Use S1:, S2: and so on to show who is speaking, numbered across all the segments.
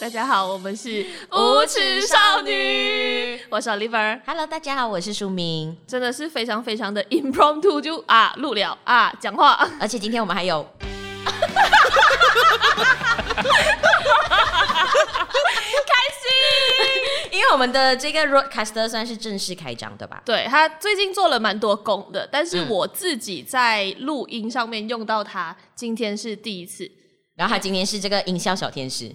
S1: 大家好，我们是
S2: 无耻少女，
S1: 我是 Oliver，
S2: Hello，大家好，我是舒明，
S1: 真的是非常非常的 impromptu 就啊录了啊讲话，
S2: 而且今天我们还有开心，因为我们的这个 Roadcaster 算是正式开张的吧？
S1: 对他最近做了蛮多功的，但
S2: 嗯
S1: 是我自己在录音上面用到它，今天是第一次，
S2: 然后他今天是这个音效小天使，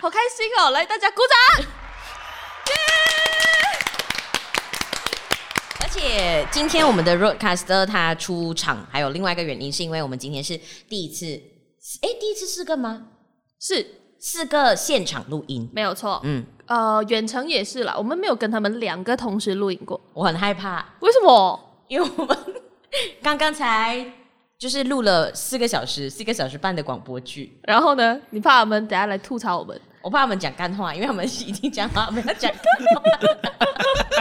S1: 好开心哦！来，大家鼓掌。
S2: 而且今天我们的 Roadcaster 他出场，还有另外一个原因是因为我们今天是第一次，哎，第一次四个吗？
S1: 是
S2: 四个现场录音，
S1: 没有错，
S2: 嗯，
S1: 呃，远程也是啦，我们没有跟他们两个同时录影过，
S2: 我很害怕，
S1: 为什么？
S2: 因为我们 刚刚才就是录了四个小时、四个小时半的广播剧，
S1: 然后呢？你怕他们等下来吐槽我们？
S2: 我怕他们讲干话，因为他们已经讲好，我们要讲干话。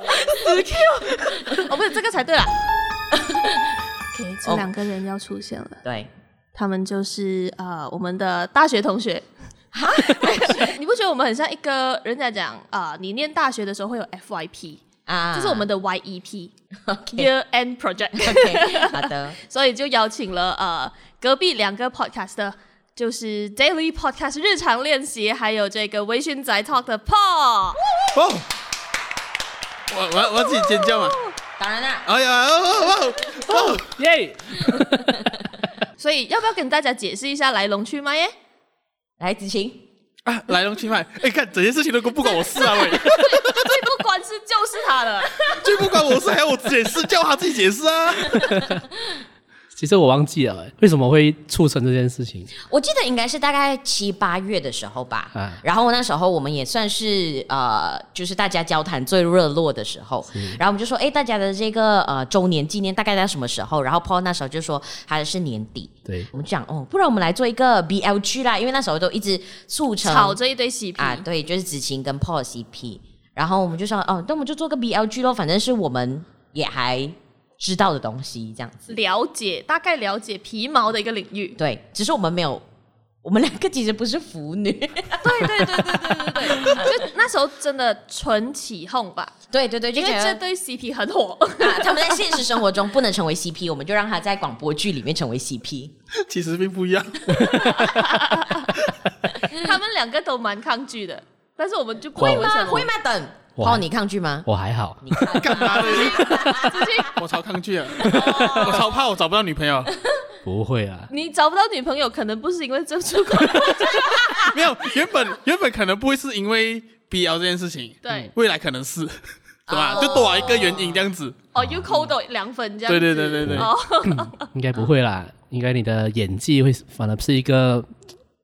S1: 哦，不是这个才对 啦。OK，这
S2: 哦
S1: 两个人要出现了，
S2: 对，
S1: 他们就是呃我们的大学同学。 你不觉得我们很像一个人家讲啊、呃你念大学的时候会有 FYP，、
S2: 啊，
S1: 这是我们的 YEP
S2: OK
S1: Year End Project，
S2: OK 好的，
S1: 所以就邀请了呃隔壁两个 podcaster，就是 Daily Podcast 日常练习，还有这个微醺宅 Talk 的 Paul。
S3: 哦，我我要我要自己尖叫嘛！
S2: 当然啦，
S3: 哎呀，哦哦哦哦！
S4: 耶！
S1: 所以要不要跟大家解释一下来龙去脉耶？
S2: 来子晴，
S3: 啊，来龙去脉，哎，看整件事情都不关我事啊，喂，
S1: 最不关事就是他 了。
S3: 最不关我事，还要我解释，叫他自己解释啊！
S4: 其实我忘记了欸为什么会促成这件事情。
S2: 我记得应该是大概七八月的时候吧，
S4: 啊
S2: 然后那时候我们也算是呃，就是大家交谈最热络的时候，然后我们就说，哎，大家的这个呃周年纪念大概在什么时候？然后 Paul 那时候就说他是年底，
S4: 对，
S2: 我们就讲哦，不然我们来做一个 BLG 啦，因为那时候都一直促成
S1: 炒这一堆喜皮
S2: 啊，对，就是子晴跟 Paul CP，然后我们就说哦，那我们就做个 BLG 咯，反正是我们也还知道的东西，这样子。
S1: 了解，大概了解皮毛的一个领域。
S2: 对，只是我们没有，我们两个其实不是腐女，
S1: 对对对对对对对，就那时候真的纯起哄吧，
S2: 对对对，就
S1: 因为
S2: 觉
S1: 这
S2: 得、
S1: 对 CP 很火。
S2: 啊、他们在现实生活中不能成为 CP，我们就让他在广播剧里面成为 CP。
S3: 其实并不一样，
S1: 他们两个都蛮抗拒的，但是我们就不
S4: 会
S1: 为什么
S2: 嗯会吗？等
S4: 哇
S2: Paul，你抗 拒吗？
S4: 我还好，
S2: 你看
S3: 干嘛的？
S1: 直接
S3: 我超抗拒啊！我超怕我找不到女朋友，
S4: 不会啊。
S1: 你找不到女朋友，可能不是因为这出轨，
S3: 没有，原本原本可能不会是因为 BL 这件事情，
S1: 对
S3: 未来可能是，对吧？
S2: 哦
S3: 就多了一个原因这样子，
S1: 哦，又扣到两分这样
S3: 对
S1: 子。
S3: 对对对对，
S1: 哦，
S4: 应该不会啦，应该你的演技会反而是一个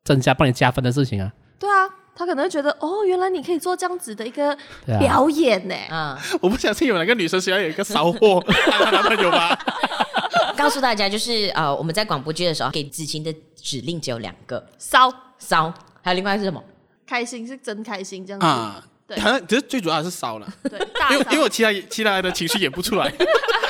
S4: 增加帮你加分的事情啊。
S1: 对啊，他可能会觉得哦，原来你可以做这样子的一个
S4: 对啊
S1: 表演呢。
S2: 啊、
S3: 我不相信有哪个女生喜欢有一个骚 货当她男朋友吧？
S2: 告诉大家就是呃，我们在广播剧的时候给子晴的指令只有两个，
S1: 骚
S2: 骚，还有另外一个是什么？
S1: 开心是真开心这样子，
S3: 啊，
S1: 对
S3: 好像其实最主要还是骚了。
S1: 对，大
S3: 因为
S1: 骚
S3: 因为我其他其他的情绪演不出来，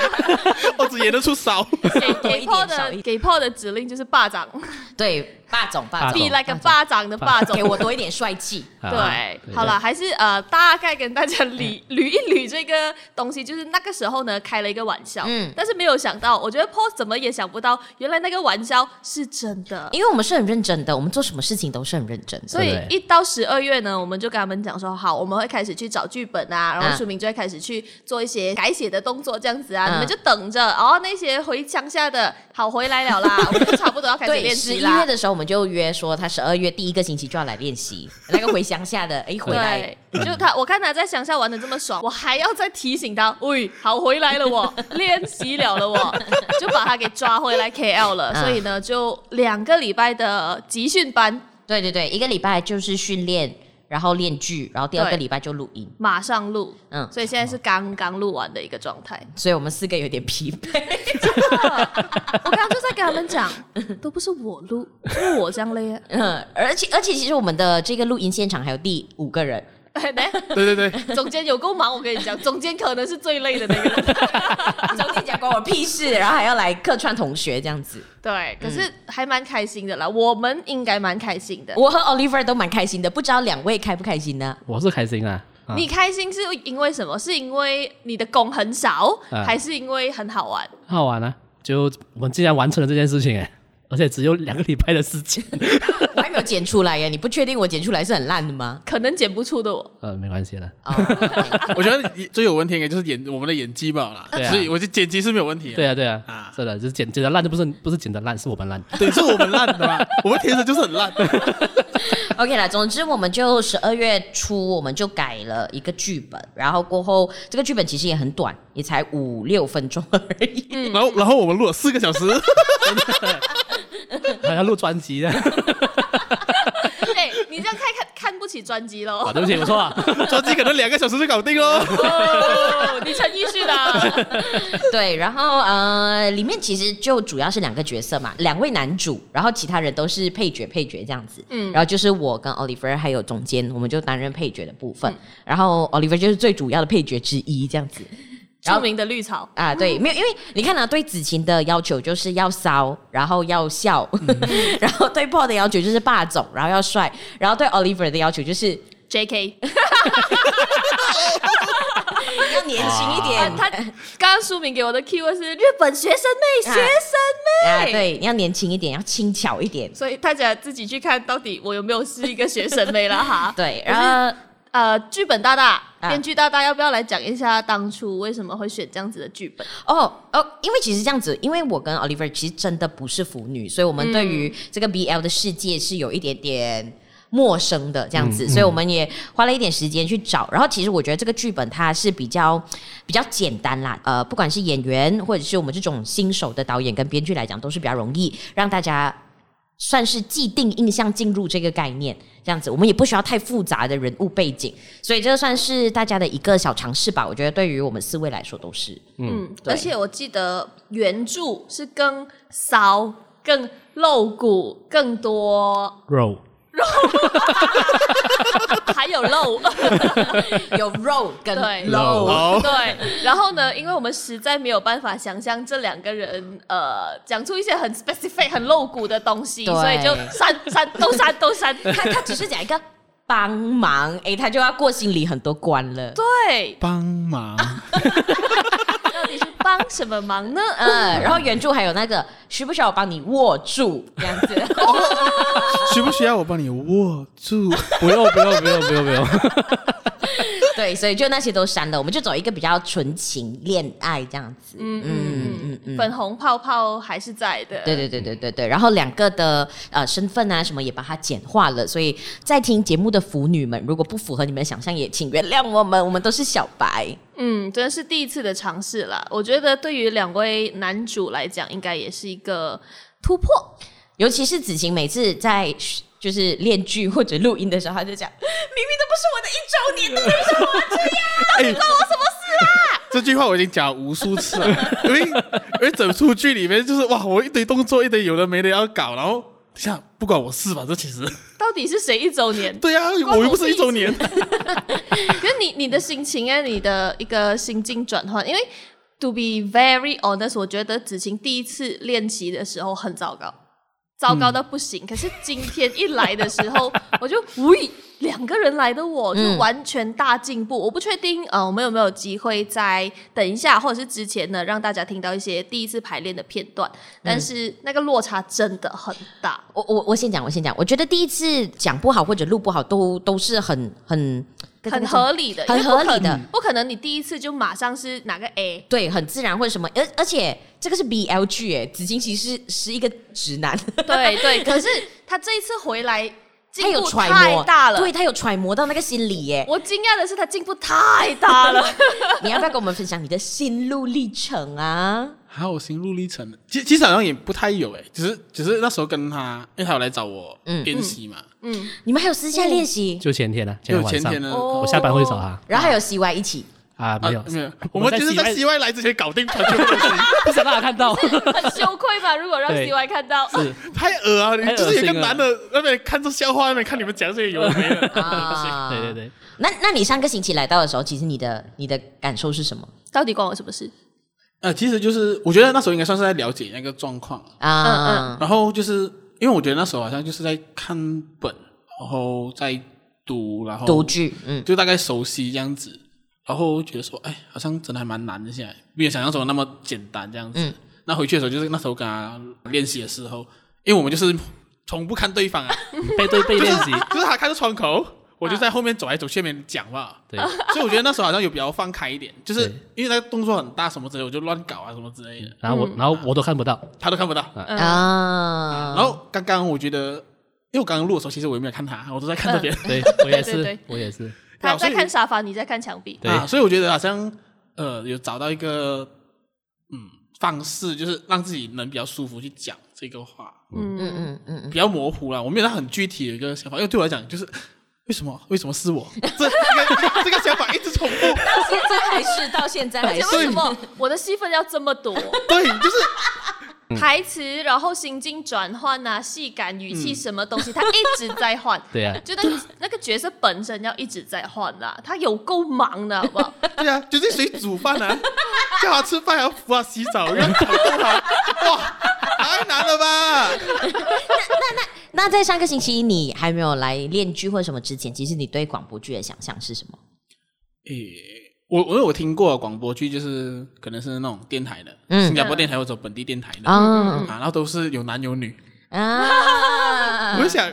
S3: 我只演得哦出骚。
S1: 给
S2: 多
S1: 给
S2: 一点
S1: 炮
S2: 少一
S1: 的
S2: 点
S1: 给炮的指令就是霸掌，
S2: 对，霸总霸
S4: 霸
S2: 总
S4: 总
S1: 比 like 个巴掌的霸总
S2: 给。我多一点帅 气。
S4: 啊
S1: 对，好了，，还是呃，大概跟大家捋捋一捋这个东西，就是那个时候呢，开了一个玩笑，
S2: 嗯
S1: 但是没有想到，我觉得 Paul 怎么也想不到，原来那个玩笑是真的。
S2: 因为我们是很认真的，我们做什么事情都是很认真的。
S1: 所以
S4: 对不对
S1: 一到十二月呢，我们就跟他们讲说，好，我们会开始去找剧本啊，然后
S2: 啊
S1: 书明就会开始去做一些改写的动作，这样子啊，
S2: 嗯
S1: 你们就等着，然后那些回乡下的好回来了啦，我们就差不多要开始
S2: 对，
S1: 练
S2: 十
S1: 习
S2: 一
S1: 啦。
S2: 月的时候我们就约说，他十二月第一个星期就要来 练习。那个回乡下的，哎，回来，嗯
S1: 对，就他，我看他在乡下玩的这么爽，我还要再提醒他，喂，好回来了 我，练习了了我，就把他给抓回来 KL 了。
S2: 嗯
S1: 所以呢，就两个礼拜的集训班
S2: 对对对，一个礼拜就是训练，然后练剧，然后第二个
S1: 对
S2: 礼拜就录音。
S1: 马上录，
S2: 嗯，
S1: 所以现在是刚刚录完的一个状 态。
S2: 所以我们四个有点疲惫。
S1: 我刚刚就在跟他们讲，都不是我录，是我这样嘞。
S2: 嗯，而且而且其实我们的这个录音现场还有第五个人，
S1: 来，
S3: 对对对，
S1: 总监有够忙，我跟你讲，总监可能是最累的那个人。
S2: 总体讲关我屁事，然后还要来客串同学这样子。
S1: 对，可是还蛮开心的啦，我们应该蛮开心的。
S2: 我和 Oliver 都蛮开心的，不知道两位开不开心呢？
S4: 我是开心啦。啊
S1: 你开心是因为什么？是因为你的工很少，
S4: 啊
S1: 还是因为很好玩？
S4: 好玩啊！就我们竟然完成了这件事情哎，而且只有两个礼拜的时间。
S2: 我还没有剪出来耶，你不确定我剪出来是很烂的吗？
S1: 可能剪不出的我。
S4: 呃，没关系了。
S2: 哦，
S3: 我觉得最有问题应该就是演我们的演技吧啦，
S4: 对啊
S3: 所以我觉得剪辑是没有问题的。
S4: 对啊，对啊
S3: 啊，
S4: 是的，就是剪剪的烂，就不是不是剪的烂，是我们烂。
S3: 对，是我们烂的吧？我们天生就是很烂。
S2: OK 啦，总之我们就十二月初我们就改了一个剧本，然后过后这个剧本其实也很短，也才五六分钟而已。
S4: 嗯
S3: 然后，然后我们录了四个小 时，
S4: 还要录专 辑的，
S1: 哎、你这样看看看不起专辑喽
S4: 啊，？对不起，我错了。
S3: 专辑可能两个小时就搞定 喽。
S1: 哦，你陈奕迅啊？
S2: 对，然后呃，里面其实就主要是两个角色嘛，两位男主，然后其他人都是配角，配角这样子。嗯，然后就是我跟 Oliver 还有总监，我们就担任配角的部分，然后 Oliver 就是最主要的配角之一这样子。然
S1: 著
S2: 后
S1: 名的绿草，
S2: 啊，对，没有，因为你看啊，对子晴的要求就是要骚，然后要笑， 然后对 Paul 的要求就是霸总，然后要帅，然后对 Oliver 的要求就是
S1: J.K.
S2: 要年轻一点
S1: 他刚刚书明给我的 keyword 是日本学生妹，
S2: 啊
S1: 学生
S2: 啊，
S1: 妹。。
S2: 对，要年轻一点，要轻巧一点，。
S1: 所以大家自己去看到底我有没有是一个学生妹了哈
S2: 对，然后。
S1: 呃，剧本大大、
S2: 啊
S1: 编剧大大，要不要来讲一下当初为什么会选这样子的剧本？
S2: 哦哦，因为其实这样子，因为我跟 Oliver 其实真的不是腐女，所以我们对于这个 BL 的世界是有一点点。陌生的这样子，所以我们也花了一点时间去找。然后其实我觉得这个剧本它是比较比较简单啦，呃，不管是演员或者是我们这种新手的导演跟编剧来讲，都是比较容易让大家算是既定印象进入这个概念，这样子，我们也不需要太复杂的人物背景，所以这算是大家的一个小尝试吧。我觉得对于我们四位来说都是。
S1: 嗯，
S2: 对
S1: 而且我记得原著是更骚、更露骨、更多，
S4: 肉，
S1: 还有露。
S2: 有肉跟
S1: 对
S2: 肉，
S3: 好，
S1: 对，然后呢，因为我们实在没有办法想象这两个人呃讲出一些很 specific、很露骨的东西，
S2: 对
S1: 所以就删删都删都 删。
S2: 他他只是讲一个帮忙，诶，他就要过心里很多关了。
S1: 对，
S3: 帮忙，
S1: 到底是帮什么忙呢？
S2: 嗯、然后原著还有那个需不需要我帮你握住这样子？
S3: 需不需要我帮你握 住？
S4: 不用不用不用不用不用。
S2: 对，所以就那些都删了，我们就走一个比较纯情恋爱这样子。
S1: 嗯
S2: 嗯
S1: 嗯
S2: 嗯
S1: 嗯
S2: 嗯
S1: 嗯，粉红泡泡还是在的。
S2: 对对对对对对，然后两个的呃身份啊什么也把它简化了，所以在听节目的腐女们，如果不符合你们的想象，也请原谅我们，我们都是小白。
S1: 嗯，真的是第一次的尝试啦。我觉得对于两位男主来讲，应该也是一个突破。
S2: 尤其是子晴每次在就是练剧或者录音的时候，她就讲：“明明都不是我的一周年，到底是
S3: 哎，关我什么事啊？这句话我已经讲无数次了，因为 因为整出剧里面就是哇，我一堆动作，一堆有的没的要搞，然后等一下不管我事吧，这其实？
S1: 到底是谁一周年
S3: 对啊，我又不是一周年，
S1: 可是你你的心情啊，你的一个心境转换，因为 to be very honest，我觉得子晴第一次练习的时候很糟糕，糟糕到不行。
S2: 嗯
S1: 可是今天一来的时 候，我就喂，两个人来的我就
S2: 嗯
S1: 完全大进步。我不确定呃，我们有没有机会在等一下或者是之前呢，让大家听到一些第一次排练的片段，
S2: 嗯
S1: 但是那个落差真的很大。
S2: 我我我先讲，我先讲，我觉得第一次讲不好或者录不好都都是很很
S1: 很合理的，
S2: 很
S1: 因为不
S2: 合
S1: 可
S2: 理的
S1: 能不可能你第一次就马上是哪个 A，
S2: 对，很自然或者什么，而而且这个是 BL 剧哎，子晴其实是是一个直男，
S1: 对对， 可是他这一次回来
S2: 他
S1: 进
S2: 有
S1: 步
S2: 揣摩
S1: 太大了。
S2: 对，他有揣摩到那个心理耶。
S1: 我惊讶的是他进步太大 了。
S2: 你要不要跟我们分享你的心路历程啊？
S3: 还有心路历程，其其实好像也不太有哎、只是只是那时候跟他，因为他有来找我
S2: 嗯
S3: 练习嘛，
S1: 嗯，
S2: 你们还有私下练习，
S4: 就前天啊，前
S3: 就
S4: 天晚
S3: 前
S4: 上
S3: 天，呢，
S1: 哦
S4: 我下班会找他。
S2: 然后还有 CY 一起，
S4: 啊，没有，
S3: 啊没 有，我
S4: 我
S3: 们
S4: 们
S3: 就是在
S4: 在
S3: CY 来之前搞定全部东西，
S4: 不想让他 看到。
S1: 很羞愧吧？如果让
S4: 对
S1: CY 看到，
S4: 是
S3: 太恶啊！你
S4: 太恶
S3: 就是有一个
S4: 心了
S3: 男的那边看着笑话，那边看你们讲这些有的没的。
S2: 啊，
S4: 对对。对，
S2: 那那你上个星期来到的时候，其实你的你的感受是什么
S1: 到底关我什么事？
S3: 呃，其实就是我觉得那时候应该算是在了解那个状况，
S1: 嗯
S2: 啊？
S3: 然后就是因为我觉得那时候好像就是在看本，然后在读，然后
S2: 独剧，嗯，
S3: 就大概熟悉这样子，然后觉得说，哎，好像真的还蛮难的，现在没有想象中那么简单这样子。
S2: 嗯
S3: 那回去的时候，就是那时候跟他练习的时候，因为我们就是从不看对方啊，
S4: 背对背
S3: 就是
S4: 练习，
S3: 就是他看着窗口，我就在后面走来走去，那边讲嘛。
S4: 对，
S3: 所以我觉得那时候好像有比较放开一点，就是
S4: 对
S3: 因为那个动作很大什么之类的，我就乱搞啊什么之类的，
S4: 然后我然后我都看不到，
S3: 他都看不到。
S1: 嗯
S2: 啊，
S4: 哦
S3: 然后刚刚我觉得，因为我刚刚录的时候，其实我也没有看他，我都在看这边。
S4: 对我也
S1: 对
S4: 是
S1: 对，
S4: 我也是，
S1: 嗯他
S3: 啊所
S1: 在
S3: 以
S1: 看沙发，你在看墙壁。
S4: 对
S3: 啊，所以我觉得好像呃有找到一个嗯方式，就是让自己能比较舒服去讲这个话，
S2: 嗯
S1: 嗯，
S2: 嗯嗯嗯，
S3: 比较模糊啦。我没有很具体的一个想法，因为对我来讲就是为什么为什么是我 这这个这个想法一直重复，
S2: 现在还是到现在
S1: 而
S2: 还
S1: 且
S2: 是
S1: 为什么我的戏份要这么多？
S3: 对，就是
S1: 台词，然后心境转换啊，戏感、语气，什么东西，他一直在换。
S4: 对啊呀，
S1: 就那个那个角色本身要一直在换啦，他有够忙的好不好？
S3: 对啊，就是谁煮饭啊，叫他吃饭还要扶他洗澡，然后搞动他，哇，太难了吧？
S2: 那在上个星期你还没有来练剧或什么之前，其实你对广播剧的想象是什么？
S3: 诶，我我有听过广播剧，就是可能是那种电台的，
S2: 嗯
S3: 新加坡电台或者本地电台的。
S2: 啊
S3: 啊，然后都是有男有女。
S2: 啊
S3: 我就！想，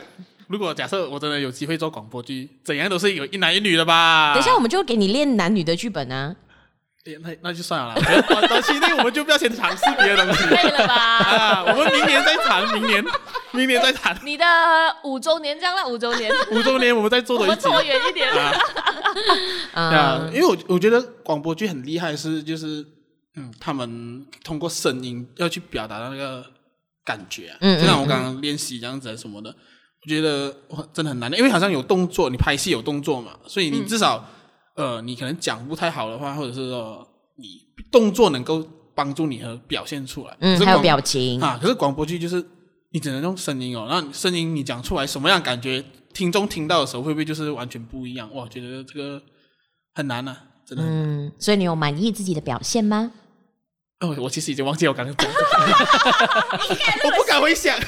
S3: 如果假设我真的有机会做广播剧，怎样都是有一男一女的吧？
S2: 等一下，我们就给你练男女的剧本啊！
S3: 诶，那那就算了啦。我觉得短短期内我们就不要先尝试别的东 西
S1: 累了吧？
S3: 啊，我们明年再谈，明年明年再谈。
S1: 你的五周年这样啦，五周年，
S3: 五周年我们再
S1: 我
S3: 做多一
S1: 们
S3: 集
S1: 拖远一点。
S3: 啊。对啊
S2: 啊，，
S3: 因为我我觉得广播剧很厉害是就是，嗯，他们通过声音要去表达那个感觉、啊，
S2: 嗯
S3: 就像我刚刚练习这样子啊什么的，我觉得哇真的很难的，因为好像有动作，你拍戏有动作嘛，所以你至少、
S2: 嗯
S3: 呃，你可能讲不太好的话，或者是说你动作能够帮助你和表现出来，可
S2: 嗯，
S3: 是
S2: 还有
S3: 广
S2: 表情，
S3: 啊，可是广播剧就是你只能用声音哦，那你声音你讲出来什么样感觉，听众听到的时候会不会就是完全不一样？哇，觉得这个很难啊，真的很难。
S2: 嗯，所以你有满意自己的表现吗？
S3: 哦，我其实已经忘记我刚刚讲什么， 我不敢回想，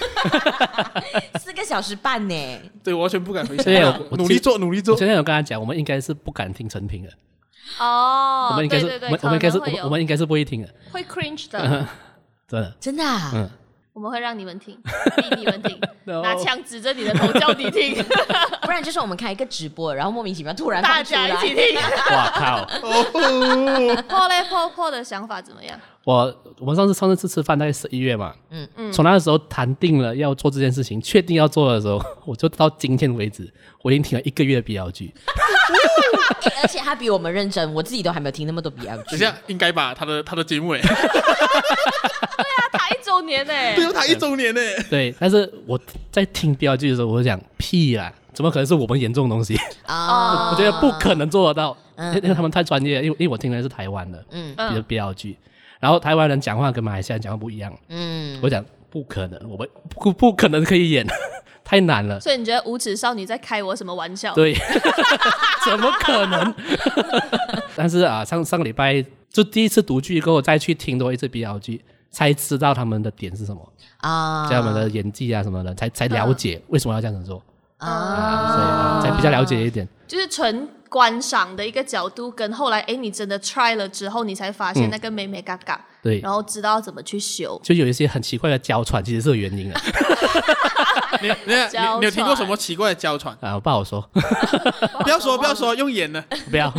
S2: 四个小时半呢？
S3: 对，我完全不敢回
S4: 对
S3: 想
S4: 我。我
S3: 努力做，努力做
S4: 我。昨天有跟他讲，我们应该是不敢听成品的，
S1: 哦，
S4: 我们应该
S1: 对
S4: 是
S1: 对对，
S4: 我们我们应该是
S1: 可能会有
S4: 我们应嗯该是不会听的，
S1: 会 cringe 的，
S4: 真的，
S2: 真的啊？
S4: 嗯，
S1: 我们会让你们 听，逼你们听，
S4: No
S1: 拿枪指着你的头叫你 听，
S2: 不然就是我们开一个直播，然后莫名其妙突然
S1: 大
S2: 放出
S1: 家一起
S2: 来。
S1: 听。
S4: 哇靠！
S3: 哦，
S1: 破嘞破破的想法怎么样？
S4: 我我们上次上次吃饭大概十一月嘛，
S2: 嗯
S1: 嗯
S4: 从那个时候谈定了要做这件事情，确定要做的时候，我就到今天为止，我已经听了一个月的 BL g
S2: 欸而且他比我们认真，我自己都还没有听那么多 BL
S3: 等一
S2: 剧。
S3: 下应该吧？他的他的哎结尾，
S1: 他打一周年呢，
S3: 对哦，他一周 年呢。
S4: 对，但是我在听 BL g 的时候，我就想屁啦，怎么可能是我们严重的东西？
S2: 啊
S4: 我觉得不可能做得到，
S2: 嗯
S4: 因为他们太专业，因为因为我听的是台湾的，
S2: 嗯
S4: 比如
S1: 嗯，
S4: BL g 然后台湾人讲话跟马来西亚人讲话不一样，
S2: 嗯，
S4: 我讲不可能，我们不不可能可以演， 太难 了，
S1: 所以你觉得无耻少女在开我什么玩笑？
S4: 对， 怎么可能？ 但是啊，上上个礼拜就第一次读剧过后，再去听多一次 BL g 才知道他们的点是什么，
S2: 啊，
S4: 像他们的演技啊什么的，才才了解为什么要这样子做
S2: 啊，
S4: 才比较了解一点。
S1: 就是纯观赏的一个角度，跟后来哎诶你真的 try 了之后，你才发现那个美美嘎嘎，
S4: 嗯对，
S2: 哦
S1: 然后知道怎么去修。
S4: 就有一些很奇怪的娇喘，其实是有原因的
S3: 你你你
S1: 娇
S3: 你有听过
S1: 喘
S3: 什么奇怪的娇 喘？
S4: 啊，不好说，
S3: 不要说不要说，用演的。
S4: 不要。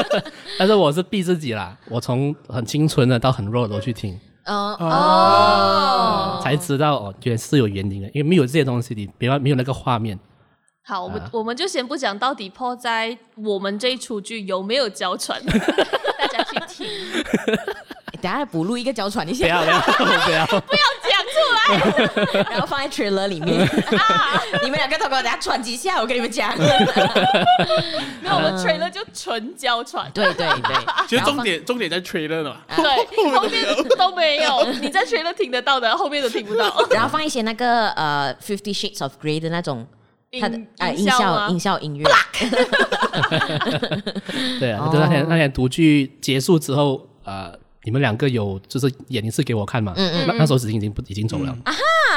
S4: 但是我是逼自己啦，我从很清纯的到很弱的都去听，
S2: 嗯哦，
S4: 才知道哦，原来是有原因的，因为没有这些东西，你没有没有那个画面。
S1: 好，我们、
S4: 啊
S1: 我们就先不讲到底破在我们这一出剧有没有娇 喘，大家去听，
S2: 等一下补录一个娇喘一
S4: 不
S2: 下，
S4: 要不要不要，
S1: 讲出来。
S2: 然后放在 trailer 里面。啊你们两个都给我等下喘几下，我跟你们讲。
S1: 那我们吹了就纯娇喘，
S2: 对对对，
S3: 其实重点重点在 trailer 了
S2: 啊
S3: 嘛，
S1: 对，后面都没有，你在吹了听得到的，后面都听 不到。
S2: 然后放一些那个呃 Fifty Shades of Grey 的那种，它的
S1: 音
S2: 啊
S1: 音
S2: 音
S1: 效
S2: 效
S1: 吗
S2: 音效音乐，
S4: 对啊，就那天
S2: 哦
S4: 那天独剧结束之后，呃，你们两个有就是演一次给我看嘛，那那时候子欣已经不已经走了，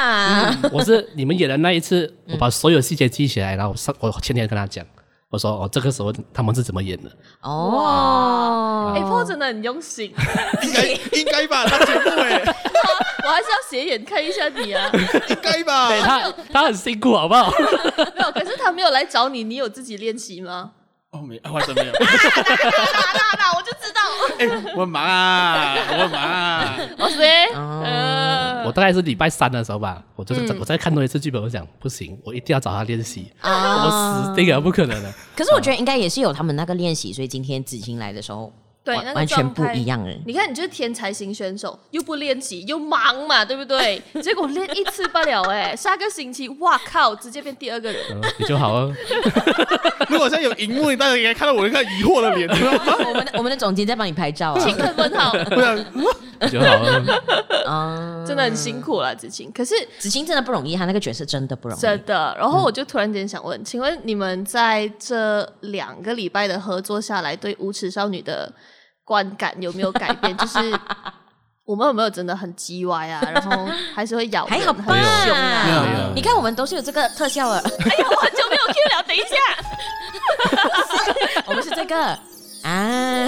S2: 啊
S4: 我是你们演的那一次，我把所有细节记起来，然后我上我前天跟他讲，我说哦，这个时候他们是怎么演的，
S2: 哦，
S1: 哎，Paul 真的很用心，
S3: 应 该应该吧，他节目哎，
S1: 我还是要斜眼看一下你 啊。
S3: 应该 吧，
S4: 他他很辛苦，好不好？
S1: 没有，可是他没有来找你，你有自己练习吗？
S3: 哦没，啊，还真没有，
S1: 打打打，我就知道。
S3: 哎，我很忙啊，我很忙啊，
S1: 我谁？
S2: 哦
S1: 呃
S4: 我大概是礼拜三的时候吧，我就是
S1: 嗯
S4: 我再看多一次剧本，我想不行，我一定要找他练习，
S2: 啊
S4: 我死定了，不可能的。
S2: 可是我觉得应该也是有他们那个练习，所以今天子晴来的时候，
S1: 对
S2: 完
S1: 那个
S2: 完全不
S1: 状态
S2: 一样人。
S1: 你看，你就是天才型选手，又不练习，又忙嘛，对不 对？结果练一次罢了、哎，下个星期，哇靠，直接变第二个 人。
S4: 嗯你就好哦，
S3: 如果现在有荧幕，大家应该看到我那个疑惑的脸，
S2: 我们的我们的总监在帮你拍照
S1: 请
S2: 啊，
S1: 问问号，
S3: 我想
S4: 你就好哦。
S2: 啊，
S1: 真的很辛苦啦，子晴。可是
S2: 子晴真的不容易，她那个角色真的不容易。
S1: 真的，然
S3: 嗯
S1: 后我就突然间想问，请问你们在这两个礼拜的合作下来，对《无耻少女》的观感有没有改 变？就是我们有没有真的很叽歪啊？然后还是会咬人，
S2: 还好吧
S1: 很凶啊？
S3: 没有没有
S2: 你看我们都是有这个特效了，
S1: 哎呀，我很久没有 Q 了，等一下。
S2: 我们是这个啊，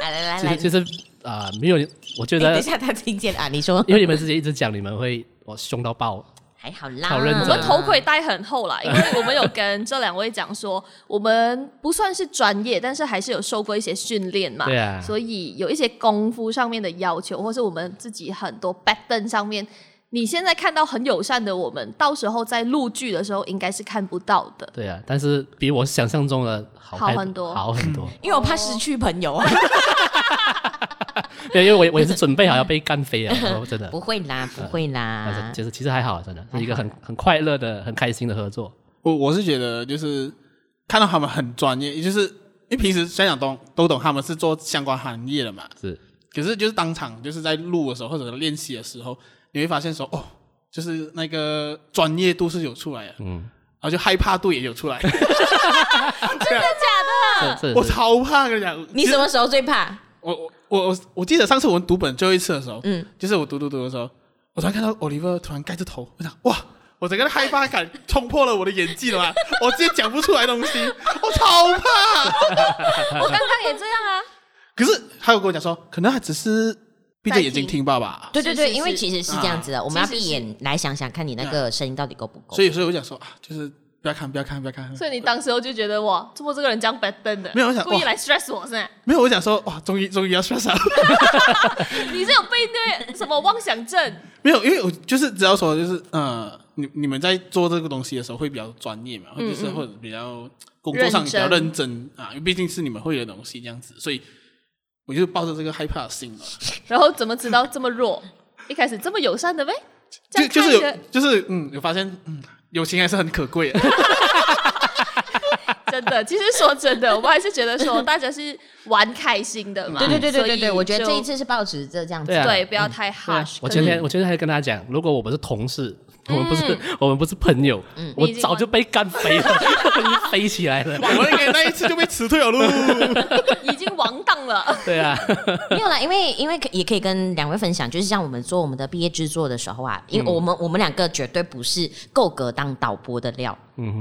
S2: 来来来
S4: 其实
S2: 来，
S4: 其实啊，没有，我觉
S2: 哎等
S4: 得
S2: 一下他听见了啊，你说
S4: 因为你们之前一直讲你们会我凶到爆，
S2: 还好啦，
S4: 好认真
S1: 我们头盔戴很厚啦，因为我们有跟这两位讲说，我们不算是专业，但是还是有受过一些训练嘛，
S4: 对啊
S1: 所以有一些功夫上面的要求，或是我们自己很 多 pattern 上面，你现在看到很友善的我们，到时候在录剧的时候应该是看不到的。
S4: 对啊，但是比我想象中的好
S1: 好
S4: 太
S1: 很多
S4: 好很多。
S2: 因为我怕失去朋友啊，
S4: 对，因为我也我也是准备好要被干 飞了，我真的
S2: 不。会啦，不会
S4: 但
S2: 啦
S4: 是，其实其实还好，真的是一个很很快乐的、很开心的合作。
S3: 我我是觉得就是看到他们很专业，也就是因为平时香港都都懂他们是做相关行业的嘛，
S4: 是，
S3: 可是就是当场就是在录的时候或者练习的时候，你会发现说哦，就是那个专业度是有出来的，
S4: 嗯，
S3: 然后就害怕度也有出来，
S4: 这这
S3: 我超怕跟你讲，
S2: 你
S3: 其
S2: 什
S3: 实
S2: 么时候最怕？
S3: 我我我我我记得上次我们读本最后一次的时候，
S2: 嗯，
S3: 就是我读读读的时候，我突然看到 Oliver 突然盖着头，我想哇。我整个害怕感冲破了我的演技 了嘛！我直接讲不出来东西，我超怕。
S1: 我刚刚也这 样啊，
S3: 可是他有跟我讲说，可能他只是闭着眼睛听爸爸，
S2: 对对对，
S1: 是
S2: 因为
S1: 是
S2: 其实是这样子的，我们要
S1: 其实
S2: 闭
S1: 是
S2: 眼来想想看你那个声音到底够不够
S3: 所。以所以我就想说啊，就是不要看，不要看，不要看。
S1: 所以你当时候就觉得哇，怎么这个人这样 pattern 的？
S3: 没有我想
S1: 故意
S3: 哇
S1: 来 stress 我是吧？
S3: 没有，我想说哇，终于终于要刷上了，
S1: 你是有被那什么妄想症？
S3: 没有，因为我就是只要说就是呃，你你们在做这个东西的时候会比较专业嘛，或者
S1: 嗯
S3: 是或者比较工作上比较认真啊，因为毕竟是你们会的东西这样子，所以我就抱着这个害怕的心了。
S1: 然后怎么知道这么弱？一开始这么友善的呗，这
S3: 就
S1: 样
S3: 就是
S1: 看着
S3: 有就是嗯，有发现嗯，友情还是很可 贵的。
S1: 真的，其实说真的，我们还是觉得说大家是玩开心的嘛。
S2: 对对对对对
S1: 所以
S2: 对，我觉得
S1: 就
S2: 这一次是抱持着这样子
S4: 对啊嗯
S1: 对不要太 harsh。
S4: 我
S1: 可
S4: 前
S1: 是
S4: 天我前天还跟他讲，如果我们是同事，我们不是 我们不是朋友，我
S1: 嗯你已经
S4: 早就被干飞了， 我已经飞起来了。
S3: 哇我应该那一次就被辞退 了喽。
S1: 已经王荡了，
S4: 对啊，
S2: 没有啦，因为因为可也可以跟两位分享，就是像我们做我们的毕业制作的时候啊，因为我们、我们两个绝对不是够格当导播的料，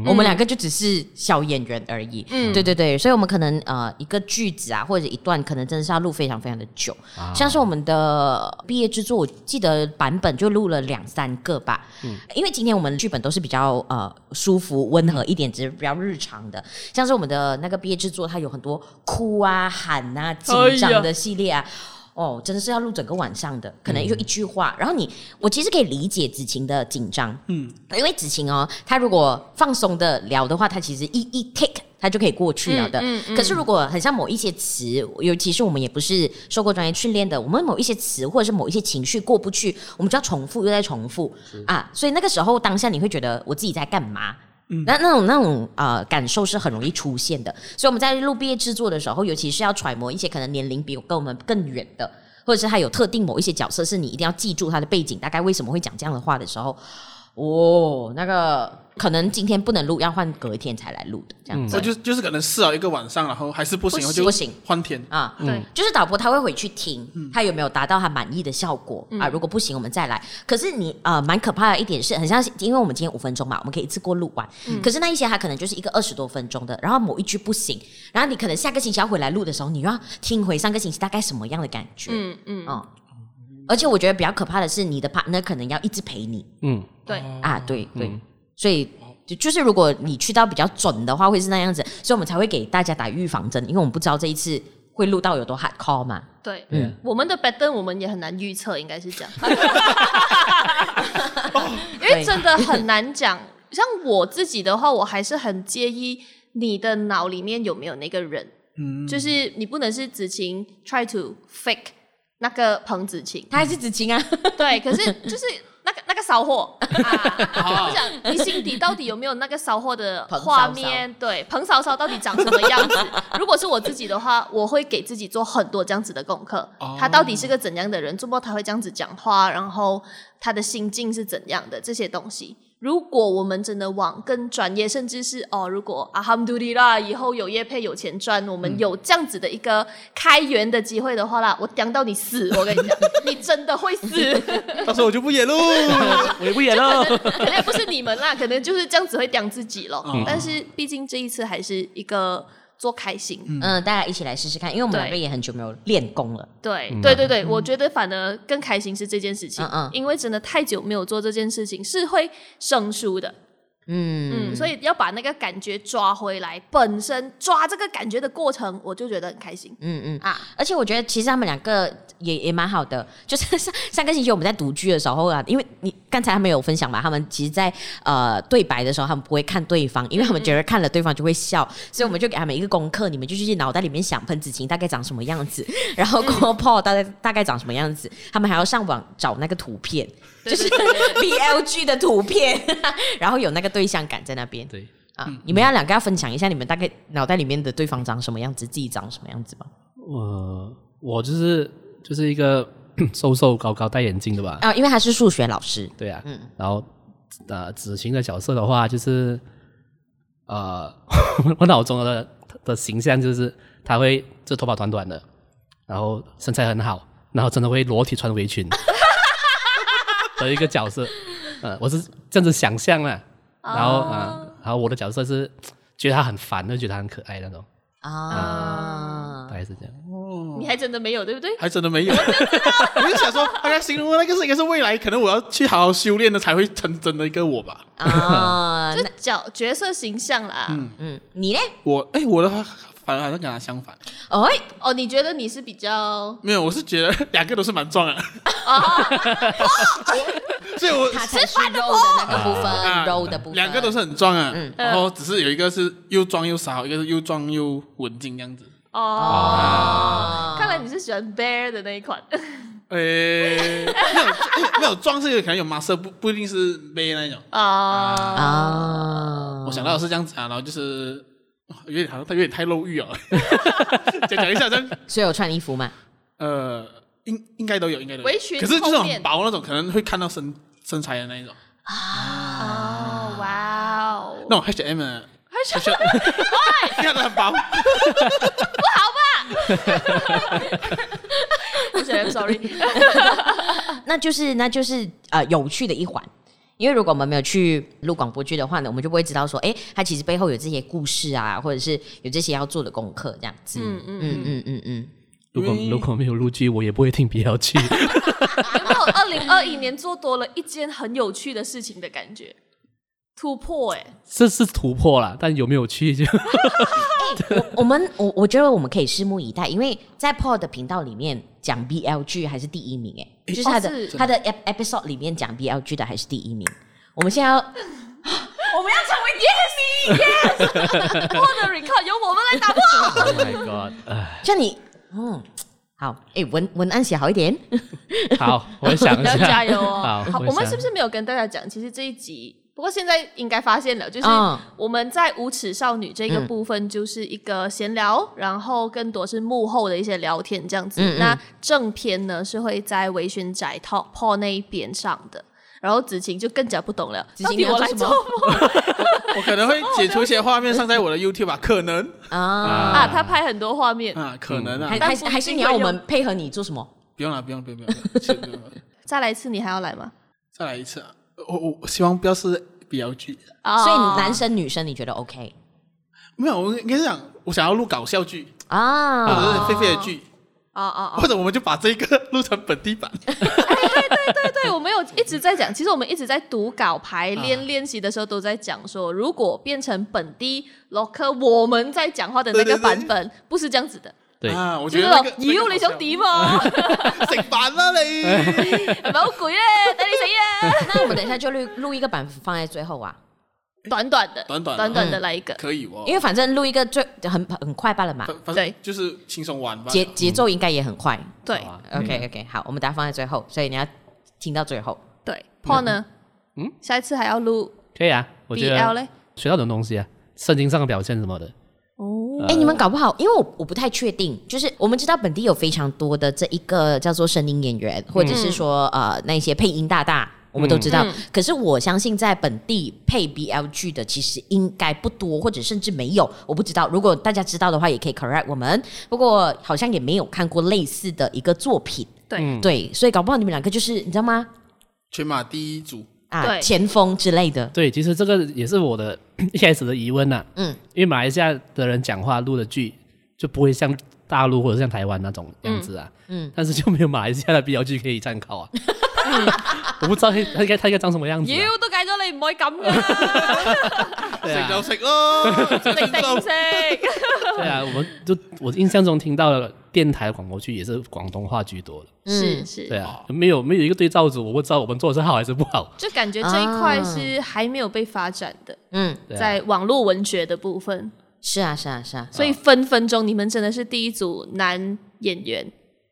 S2: 我们两个就只是小演员而已。嗯，对对对，所以我们可能呃一个句子啊或者一段，可能真的是要录非常非常的久。像是我们的毕业制作，我记得版本就录了两三个吧。嗯，因为今天我们剧本都是比较呃舒服温和一点，只是比较日常的。像是我们的那个毕业制作，它有很多哭啊、喊啊、紧张的系列啊。哦，真的是要录整个晚上的，可能就一句话。然后你，我其实可以理解子晴的紧张，嗯，因为子晴哦，她如果放松的聊的话，她其实一一 take。她它就可以过去了的。
S1: 嗯嗯嗯
S2: 可是如果很像某一些词，尤其是我们也不是受过专业训练的，我们某一些词或者是某一些情绪过不去，我们就要重复又再重复啊，所以那个时候当下你会觉得我自己在干嘛？嗯那那种那种呃感受是很容易出现的，所以我们在录毕业制作的时候，尤其是要揣摩一些可能年龄比我跟我们更远的，或者是他有特定某一些角色是你一定要记住他的背景，大概为什么会讲这样的话的时候，哦，那个可能今天不能录，要换隔一天才来录的这样子、
S3: 我就就是可能试了一个晚上，然后还是不行，
S2: 不
S3: 我
S2: 行
S3: 就
S2: 不行
S3: 换天。
S2: 啊。
S4: 嗯
S1: 对，
S2: 就是导播他会回去听，他有没有达到他满意的效果、啊？如果不行，我们再来。可是你呃，蛮可怕的一点是，很像是，因为我们今天五分钟嘛，我们可以一次过录完。可是那一些他可能就是一个二十多分钟的，然后某一句不行，然后你可能下个星期要回来录的时候，你又要听回上个星期大概什么样的感觉，嗯。
S1: 嗯嗯，
S2: 而且我觉得比较可怕的是，你的 partner 可能要一直陪你
S4: 嗯，
S1: 对，
S2: 啊，对对，
S1: 嗯
S2: 所以就就是如果你去到比较准的话，会是那样子，所以我们才会给大家打预防针，因为我们不知道这一次会录到有多 hard call 嘛。
S1: 对，
S4: 嗯
S1: 我们的 pattern 我们也很难预测，应该是这 样， 因为真的很难讲。像我自己的话，我还是很介意你的脑里面有没有那个人，
S3: 嗯，
S1: 就是你不能是子晴 try to fake 那个彭子晴，
S2: 他还是子晴啊，
S1: 对，可是就是那个那个骚货，啊
S3: 啊
S1: 我想你心底到底有没有那个骚货的
S2: 彭
S1: 画
S2: 嫂嫂
S1: 面？对，彭嫂嫂到底长什么样子？ 如果是我自己的话，我会给自己做很多这样子的功课
S3: 哦，
S1: 他到底是个怎样的人？怎么他会这样子讲话？然后他的心境是怎样的？这些东西。如果我们真的往更专业，甚至是哦，如果阿哈姆杜里啦，以后有业配有钱赚，我们有这样子的一个开源的机会的话啦，我屌到你死！我跟你讲，你真的会死。
S3: 到时候我就不演喽。
S4: 我也不演了。
S1: 可能也不是你们啦，可能就是这样子会刁自己咯。
S3: 嗯
S1: 但是毕竟这一次还是一个做开心，
S2: 嗯，大家一起来试试看，因为我们
S1: 对
S2: 两个也很久没有练功了。
S1: 对、
S4: 嗯
S1: 对对对，我觉得反而更开心是这件事情，
S2: 嗯嗯
S1: 因为真的太久没有做这件事情是会生疏的，
S2: 嗯
S1: 嗯，所以要把那个感觉抓回来，本身抓这个感觉的过程，我就觉得很开心
S2: 嗯嗯。
S1: 啊。
S2: 而且我觉得其实他们两个也也蛮好的， 就是上上个星期我们在读剧的时候啊，因为你刚才他们有分享嘛，他们其实在，呃对白的时候他们不会看对方，因为他们觉得看了对方就会笑，所以我们就给他们一个功课，你们就去脑袋里面想彭子晴大概长什么样 子，然后郭 Paul 大概大概长什么样子，他们还要上网找那个图片，就
S1: 对
S2: 是
S1: 对
S2: BL g 的图片， 然后有那个对象感在那边。
S4: 对，
S2: 啊，你们要两个要分享一下你们大概脑袋里面的对方长什么样子，自己长什么样子吗？
S4: 我我就是就是一个 瘦瘦高高戴眼镜的吧？
S2: 啊，因为他是数学老师，
S4: 对啊，
S2: 嗯
S4: 然后呃，子晴的角色的话，就是呃，我脑中的的形象就是她会就头发短短的，然后身材很好，然后真的会裸体穿围裙的一个角色。呃，我是这样子想象啦，然后啊、呃然后我的角色是觉得她很烦，就觉得她很可爱那种，
S2: 啊嗯
S4: 大，概是这样。
S1: 你还真的没有对不对？
S3: 还真的没有， 我就想说，大概形容的那个是应该是未来，可能我要去好好修炼的才会成真的一个我吧。
S2: 啊，
S1: 就
S2: 那
S1: 角角色形象啦，
S2: 嗯，你呢？
S3: 我哎，我的话反而好像跟他相反，
S2: 哦，
S1: 哦，你觉得你是比较
S3: 没有，我是觉得两个都是蛮壮的，
S1: 哦，
S3: 所以我
S2: 他才是肉的那个部
S3: 啊
S2: 分，肉的部分，
S3: 两个都是很壮啊
S2: 嗯，
S3: 然后只是有一个是又壮又骚，一个是又壮又文静这样子。
S1: 哦，
S2: 哦，
S1: 看来你是喜欢 bear 的那一款，
S3: 诶，没有没有壮是有可能有 muscle，不不一定是背那一种。
S1: 哦。
S2: 啊，
S3: 我想到的是这样子啊，然后就是哇有点好像他有点太露欲了， 讲讲一下这样，
S2: 所以有穿衣服嘛？
S3: 呃，应应该都有，应该都有。
S1: 围裙
S3: 可是就是
S1: 后
S3: 很
S1: 面
S3: 薄那种，可能会看到身身材的那一种，
S1: 哦，哇哦，
S3: 那种 H M 的。H M，看 得很薄，
S1: 不行 I'm，sorry，
S2: 那就是那就是呃有趣的一环。因为如果我们没有去录广播剧的话呢，我们就不会知道说，哎，它其实背后有这些故事啊，或者是有这些要做的功课这样子。嗯
S1: 嗯嗯嗯，
S2: 嗯嗯嗯嗯，
S4: 如果
S3: 因为
S4: 如果没有录剧，我也不会听 BL 剧。
S1: 有没有二零二一年做多了一件很有趣的事情的感觉？突破哎、
S4: 这是突破啦，但有没有去就
S2: 我我们我我觉得我们可以拭目以待，因为在 Paul 的频道里面讲 BL g 还是第一名哎、就是他的、
S1: 哦是
S2: 他的 ep- episode 里面讲 BL g 的还是第一名。我们现在要我们要成为第一名。
S1: 我的 record 由我们来打破。
S4: Oh my god！唉
S2: 像你，嗯，好，哎，文文案写好一点，
S4: 好，我想一
S1: 要
S4: 下，
S1: 加油
S4: 好
S1: 哦！，我们
S4: 想
S1: 是不是没有跟大家讲？其实这一集，不过现在应该发现了，就是
S2: 嗯
S1: 我们在无耻少女这个
S2: 嗯
S1: 部分就是一个闲聊，然后更多是幕后的一些聊天这样子。
S2: 嗯嗯
S1: 那正片呢是会在微醺宅 Talk Pod 那一边上的。然后子晴就更加不懂了，
S2: 子
S1: 到
S2: 晴
S1: 底我来
S2: 你要
S1: 做
S2: 做什么
S1: 梦
S3: 我可能会剪出一些画面上在我的 YouTube 吧，可能
S2: 啊？
S1: 啊？他拍很多画
S2: 嗯
S1: 面，
S3: 啊，可能啊
S2: 还，
S1: 但
S2: 还
S1: 不
S2: 是还是
S1: 一定
S2: 你要
S1: 会
S2: 我们配合你做什么？
S3: 不用了，不用，不用，不用不用是不用了，
S1: 再来一次，你还要来吗？
S3: 再来一次啊！我我我希望不要是 BLG，
S1: 啊
S2: 所以男生女生你觉得 OK
S3: 没有，我应该是讲我想要录搞笑剧，或
S2: 啊？
S3: 者是狒狒的剧，
S1: 啊啊啊！
S3: 或者我们就把这个录成本地版。
S1: 对对，
S3: 嗯
S1: 我们有一直在讲，其实我们一直在读稿排
S3: 啊
S1: 练练习的时候都在讲说，如果变成本地 local 我们在讲话的那
S3: 对对
S1: 个
S3: 对
S1: 版本，不是这样子的，
S4: 对
S3: 啊，我
S1: 就
S3: 觉
S1: 是
S3: 得
S1: 那
S3: 那
S1: 种
S3: 个
S1: 你又你想，点 嘛，
S3: 那个好笑食饭啦 你！
S1: 老鬼耶，等你啊谁耶？
S2: 那我们等一下就录录一个版放在最后啊，
S1: 短短的，
S3: 短短的
S1: 短短的来一个，
S3: 可以哦
S2: 因，为反正录一个最很很快罢了嘛，
S3: 反反
S1: 对嗯
S3: 正就是轻松玩吧。
S2: 节节奏应该也很快。
S1: 对
S4: 好啊
S2: OK OK，好，我们等一下放在最后，所以你要听到最后。
S1: 对。Paul 呢？
S4: 嗯，
S1: 下一次还要录
S4: 可以啊，我觉
S1: BL
S4: 得
S1: 嘞？
S4: 学到很多东西啊，圣经上的表现什么的，
S1: 哦，
S2: 哎、你们搞不好，因为我我不太确定，就是我们知道本地有非常多的这一个叫做声音演员，或者是说、呃那些配音大大，我们都知道。
S1: 嗯
S2: 可是我相信在本地配 BL g 的其实应该不多，或者甚至没有，我不知道。如果大家知道的话，也可以 correct 我们。不过好像也没有看过类似的一个作品，
S1: 对，
S2: 对，所以搞不好你们两个就是你知道吗？
S3: 全马第一组，
S2: 啊，
S1: 对
S2: 前锋之类的。
S4: 对，其实这个也是我的一开始的疑问呐、啊
S2: 嗯，
S4: 因为马来西亚的人讲话录的剧就不会像大陆或者像台湾那种样子啊，
S2: 嗯嗯
S4: 但是就没有马来西亚的 BL 剧可以参考啊，
S1: 嗯
S4: 我不知道他他应该他应该长什么样子、啊，
S1: 妖都解咗你，唔可以咁 噶，
S3: 食
S1: 啊
S3: 就食咯，
S1: 食定食。
S4: 啊对啊，我们就我印象中听到的电台广播剧也是广东话居多的，
S1: 是
S2: 嗯
S1: 是
S4: 对，啊，没有没有一个对照组，我不知道我们做的是好还是不好，
S1: 就感觉这一块
S2: 啊
S1: 是还没有被发展的，
S2: 嗯，
S4: 对啊
S1: 在网络文学的部分。
S2: 是啊，是啊，是啊。
S1: 所以分分钟你们真的是第一组男演员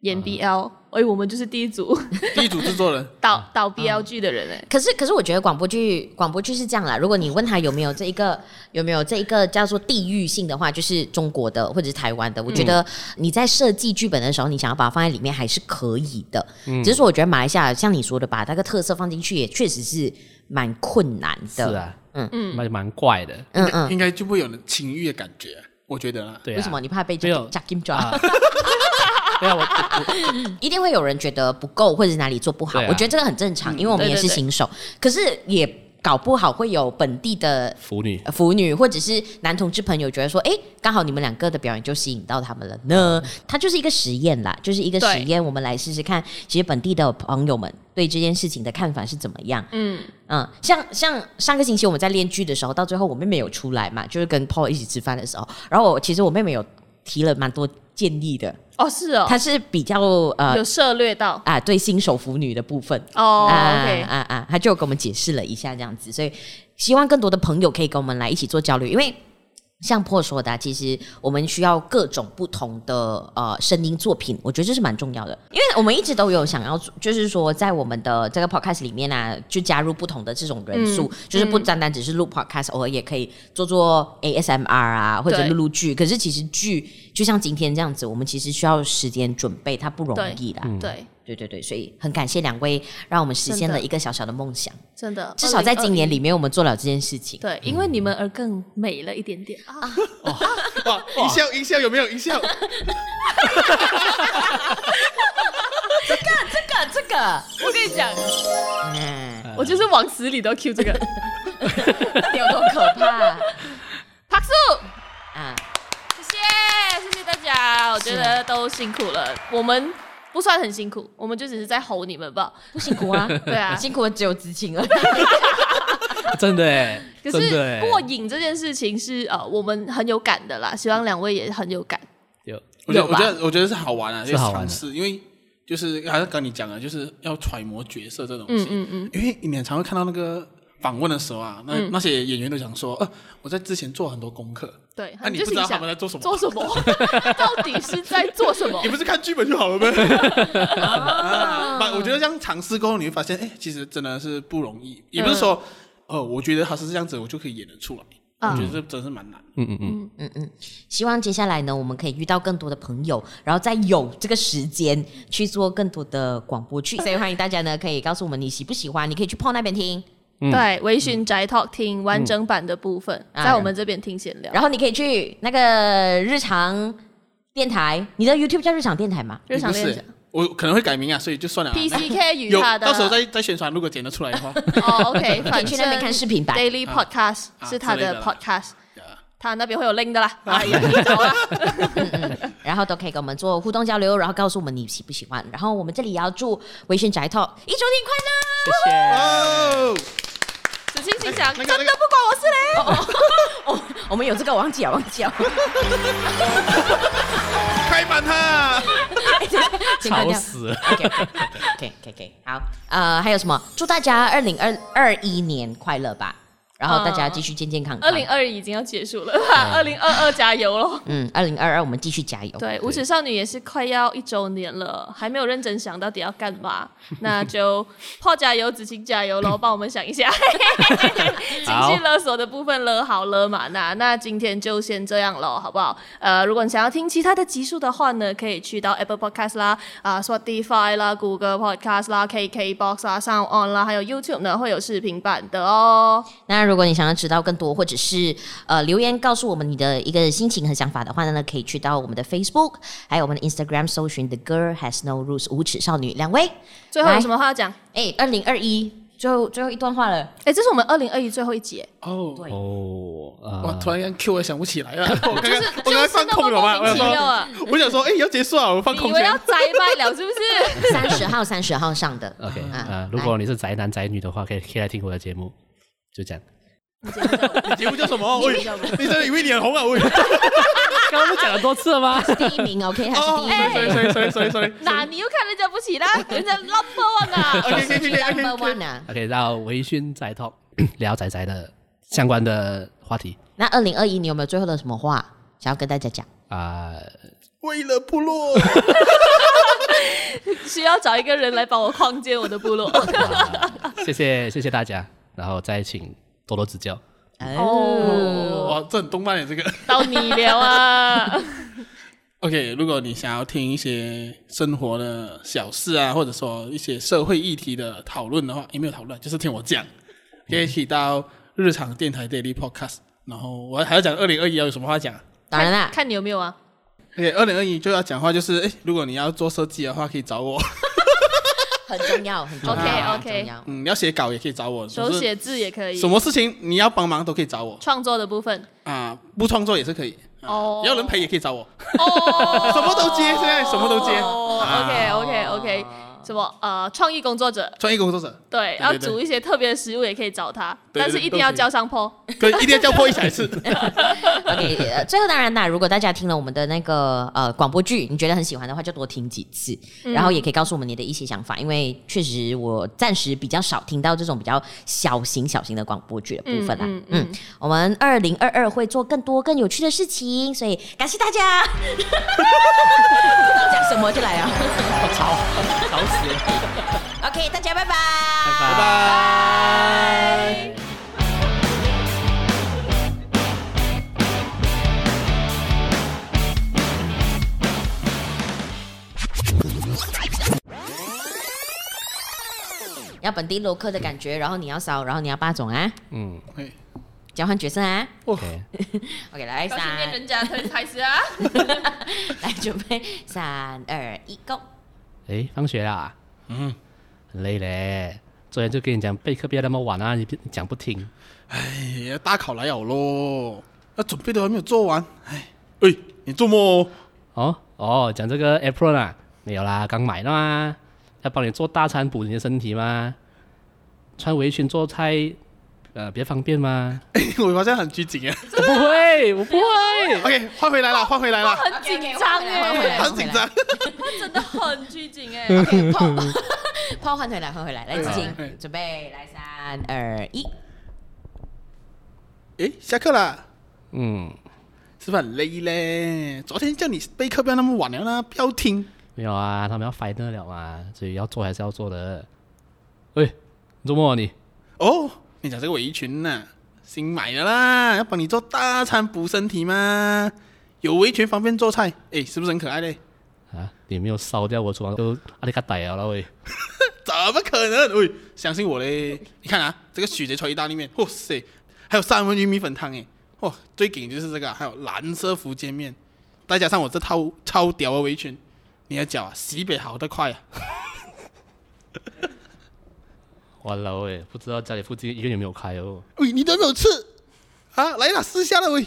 S1: 演 BL，哎、
S2: 嗯
S1: 我们就是第一 组
S3: 第一组制作人，
S2: 啊
S1: 导导 BL 剧的人哎、
S2: 可是，可是我觉得广播剧，广播剧是这样啦。如果你问他有没有这一个，有没有这一个叫做地域性的话，就是中国的或者是台湾
S4: 嗯
S2: 的，我觉得你在设计剧本的时候，你想要把它放在里面还是可以的。
S4: 嗯
S2: 只是说，我觉得马来西亚像你说的，把那个特色放进去，也确实是蛮困难
S4: 是
S2: 的。，
S4: 啊，
S2: 嗯
S4: 嗯，蛮蛮怪的，
S2: 嗯嗯，
S3: 应该就不会有情欲的感觉啊，我觉得啦。
S4: 对啊，
S2: 为什么你怕被
S4: 没有啊
S2: Jack Jack Kim 抓？
S4: 对啊，我
S2: 一定会有人觉得不够，或者是哪里做不好。
S4: 对啊
S2: 我觉得这个很正常，因为我们也是
S1: 对对对
S2: 新手，可是也搞不好会有本地的
S4: 腐女
S2: 呃腐女或者是男同志朋友觉得说，哎，刚好你们两个的表演就吸引到他们了呢。它就是一个实验啦，就是一个
S1: 嗯对
S2: 实验，我们来试试看，其实本地的朋友们对这件事情的看法是怎么样。
S1: 嗯，
S2: 嗯，像像上个星期我们在练剧的时候，到最后我妹妹有出来嘛，就是跟 Paul 一起吃饭的时候，然后我其实我妹妹有提了蛮多建议的，
S1: 哦是哦，
S2: 她是比较呃
S1: 有涉略到
S2: 啊对新手腐女的部分。
S1: 哦、
S2: 啊
S1: OK，
S2: 啊啊！他就给我们解释了一下这样子，所以希望更多的朋友可以跟我们来一起做交流，因为。像破说的啊、其实我们需要各种不同的呃声音作品，我觉得这是蛮重要的，因为我们一直都有想要做，就是说在我们的这个 podcast 里面啊，就加入不同的这种元
S1: 嗯
S2: 素，就是不单单只是录 podcast，偶尔也可以做做 ASMR 啊，或者
S1: 对
S2: 录录剧。可是其实剧就像今天这样子，我们其实需要时间准备，它不容
S1: 对
S2: 易啦。
S1: 对，
S2: 对对对，所以很感谢两位，让我们实现
S1: 真
S2: 了
S1: 的
S2: 一个小小的梦想。
S1: 真的，
S2: 至少在今年
S1: 2021。
S2: 里面，我们做了这件事情。
S1: 对，因为你们而更美了一点点啊！
S3: 哇，音效音效有没有音效？
S2: 这个这个，
S1: 我跟你讲，
S2: 嗯，
S1: 我就是往死里都 Q 这个
S2: 有多可 怕
S1: 拍手，
S2: 啊！
S1: 谢谢谢谢大家，我觉得都辛苦了，我们不算很辛苦，我们就只是在吼你们吧。
S2: 不辛苦啊，
S1: 对啊，
S2: 辛苦的只有知青了。
S4: 真的哎，
S1: 可
S4: 真的
S1: 是
S2: 欸
S4: 哎，
S1: 过瘾这件事情是呃，我们很有感的啦，希望两位也很有感。
S4: 有
S3: 我觉
S1: 有
S3: 得我
S1: 吧
S3: 觉得我觉得是好玩啊，
S4: 是好玩的
S3: 尝试，因为就是还是跟你讲的，就是要揣摩角色这种东
S1: 嗯
S3: 西。
S1: 嗯嗯，
S3: 因为你很常会看到那个访问的时候啊，那、
S4: 嗯
S3: 那些演员都想说，呃，我在之前做很多功课，
S1: 对，
S3: 那、
S1: 你
S3: 你
S1: 就
S3: 不知
S1: 心
S3: 道
S1: 想
S3: 他们在做什么，
S1: 做什么， 到底是在做什么
S2: 嗯
S3: 你？不是看剧本就好了 呗？哦啊，把我觉得这样尝试过后，你会发现，哎、其实真的是不容易，也不
S4: 嗯
S3: 是说，呃，我觉得他是这样子，我就可以演得出来。
S1: 啊
S3: 我
S4: 嗯
S3: 觉得这真是蛮难的。
S4: 嗯嗯嗯，
S2: 嗯嗯，希望接下来呢，我们可以遇到更多的朋友，然后再有这个时间去做更多的广播 剧。所以欢迎大家呢，可以告诉我们你喜不喜欢，你可以去 p 那边听，
S1: 对，微醺宅 talk 听完整版的部分，
S2: 啊
S1: 在我们这边听闲聊。
S2: 然后你可以去那个日常电台，你的 YouTube 叫日常电台吗？
S1: 日常
S3: 也不
S1: 练
S3: 是
S1: 习
S3: 我可能会改名啊，所以就算了啊。
S1: PCK 与
S3: 有
S1: 他的，
S3: 到时候再再宣传，如果剪得出来的话。
S1: 哦，OK，
S2: 可
S1: 反
S2: 以去
S1: 正
S2: 那边看视频版。
S1: Daily Podcast
S3: 啊
S1: 是他
S3: 之类
S1: 的
S3: 的啦
S1: podcast，
S3: Yeah
S1: 他那边会有 link 的啦。
S3: 啊
S1: 哎呀，走啦
S2: 然后都可以跟我们做互动交流，然后告诉我们你喜不喜欢。然后我们这里也要祝微醺宅 Talk 一周年快乐！
S1: 嗯
S4: 谢
S3: 哦，
S4: 谢。
S1: 子清心想，
S3: 那
S1: 真的
S3: 个那
S1: 不关
S3: 个
S1: 我事嘞。
S2: 哦，我们有这个我忘记了，忘 记了。
S3: 开满它！
S2: 请大
S4: 吵
S2: 家
S4: 死了！
S2: OK OK OK OK 好，呃，还有什么？祝大家二零二二一年快乐吧，然后大家继续健健康康。
S1: 二零二已经要结束了，二零二二加油喽！
S2: 嗯，二零二二我们继续加油。
S1: 对，无耻少女也是快要一周年了，还没有认真想到底要干嘛，那就泡加油，子晴加油喽，帮我们想一下情绪勒索的部分勒好了嘛？那那今天就先这样喽，好不好？呃，如果你想要听其他的集数的话呢，可以去到 Apple Podcast 啦、啊、Spotify 啦、谷歌 Podcast 啦、KKBox 啦、Sound On 啦，还有 YouTube 呢会有视频版的哦。
S2: 那如果你想要知道更多，或者是呃留言告诉我们你的一个心情和想法的话呢，可以去到我们的 Facebook，还有我们的 Instagram 搜寻 The Girl Has No Rules 无耻少女两位。
S1: 最后有
S2: 来
S1: 什么话要讲？
S2: 哎，二零二一最后最后一段话了。
S1: 哎，这是我们二零二一最后一集耶，
S3: 哦，
S4: 哦，
S3: 我
S4: 啊，
S3: 突然间 Q 也想不起来了，我刚
S1: 就
S3: 刚
S1: 是
S3: 我刚
S1: 就
S3: 刚
S1: 是
S3: 放
S1: 那么
S3: 空了嘛，
S1: 莫
S3: 我
S1: 名
S3: 想
S1: 其妙
S3: 说，
S1: 啊！
S3: 我想说，哎，要结束了，我放
S1: 你
S3: 空
S1: 们
S3: 先
S1: 要。摘麦了是不是？
S2: 三十号、三十号上的。
S4: OK
S2: 啊
S4: 啊，如果你是宅男宅女的话，可以可以来听我的节目，就这样。
S3: 你节目叫什么？喂，你这以为你很红啊？喂，
S4: 刚刚不讲了多次 了吗？
S2: 第一 名，OK，他是
S3: 哦
S2: 第一名。
S3: ，sorry sorry sorry sorry sorry，
S1: 那你又看人家不起啦？人家 number one 啊！
S3: OK OK
S2: 去
S3: OK
S2: number
S3: OK
S2: one 啊！
S4: OK，到微醺宅 Talk 聊宅宅的相关的话题
S2: 那二零二一，你有没有最后的什么话想要跟大家讲？
S4: 啊、
S3: 为了部落，
S1: 需要找一个人来帮我框建我的部落。
S4: 啊谢谢谢谢大家，然后再请多多指教。
S1: 哦，
S3: 哇，这很动漫的这个。
S1: 到你了啊！
S3: OK，如果你想要听一些生活的小事啊，或者说一些社会议题的讨论的话，也没有讨论，就是听我讲，可以提到日常电台 Daily Podcast。然后我还要讲二零二一要有什么话讲啊
S2: 当然啦，
S1: 看你有没有啊？
S3: ？OK，二零二一就要讲话就是，哎，如果你要做设计的话，可以找我。
S2: 很重要，很重 要
S1: OK，OK
S2: 很重要
S3: 嗯，你要写稿也可以找我，
S1: 手
S3: 就是
S1: 写字也可以
S3: 什，么事情你要帮忙都可以找我
S1: 创作的部分
S3: 啊，不创作也是可以。啊
S1: 哦
S3: 要人陪也可以找我，
S1: 哦，
S3: 什么都接现在什么都接啊
S1: OK OK OK，什么呃，创意工作者
S3: 创意工作者
S1: 对，
S3: 对
S1: 要
S3: 对对
S1: 煮一些特别的食物也可以找他，
S3: 对对
S1: 但是一定要交上坡。
S3: 可以一定要叫破一下 一次。
S2: OK，呃最后当然啦，如果大家听了我们的那个呃广播剧，你觉得很喜欢的话，就多听几次，
S1: 嗯
S2: 然后也可以告诉我们你的一些想法，因为确实我暂时比较少听到这种比较小型小型的广播剧的部分啦。
S1: 嗯
S2: 嗯，
S1: 嗯
S2: 我们二零二二会做更多更有趣的事情，所以感谢大 家。不知道讲什么就来啊
S4: 我操，吵死了，
S2: ，OK，大家拜拜，
S4: 拜
S2: 拜
S4: 拜。
S3: 拜。
S2: 要本地 local 的感觉，然后你要烧，然后你要霸总啊，
S4: 嗯
S3: 嘿
S2: 交换角色啊。
S4: ，OK，
S2: OK，来
S1: 要
S2: 三
S1: 去，念人家的台词 啊！
S2: 来准备三二一，Go！
S4: 诶，放学啦，
S3: 嗯，
S4: 很累嘞。昨天就跟你讲备课不要那么晚啊，你别你讲不听。
S3: 哎，大考来了咯，那准备都还没有做完，哎，哎，你做么？
S4: 哦哦，讲这个 Apron 啊，没有啦，刚买的嘛，要帮你做大餐补你的身体嘛。穿围裙做菜，呃，比较方便吗？
S3: 我发现很拘 谨啊。
S4: 我不会，我不会。
S3: OK，换哎回来了，换回来了，
S1: 很紧张哎，
S3: 很紧张。
S1: 真的很拘谨哎。
S2: 抛换回来，换回来，来，子晴
S3: 对，
S2: 准备，来三二一，
S3: 诶，下课啦，
S4: 嗯，
S3: 是不是很累嘞？昨天叫你备课不要那么晚了啦，不要听。
S4: 没有啊，他们要 final 了嘛，所以要做还是要做的。喂，你做梦啊你？
S3: 哦，跟你讲这个围裙呢、新买的啦，要帮你做大餐补身体嘛。有围裙方便做菜，诶，是不是很可爱嘞？
S4: 啊，你没有烧掉我厨房都阿里卡逮了了喂！
S3: 怎么可能？喂，相信我嘞！你看啊，这个许贼川意大利面，哇塞，还有三文鱼米粉汤诶，哇，最顶就是这个啊，还有蓝色福建面，再加上我这套超屌的围裙，你的脚啊，西北好得快啊！
S4: 完了喂，不知道家里附近医院有没有开哦。
S3: 喂，你等等吃啊，来啦，试下了喂，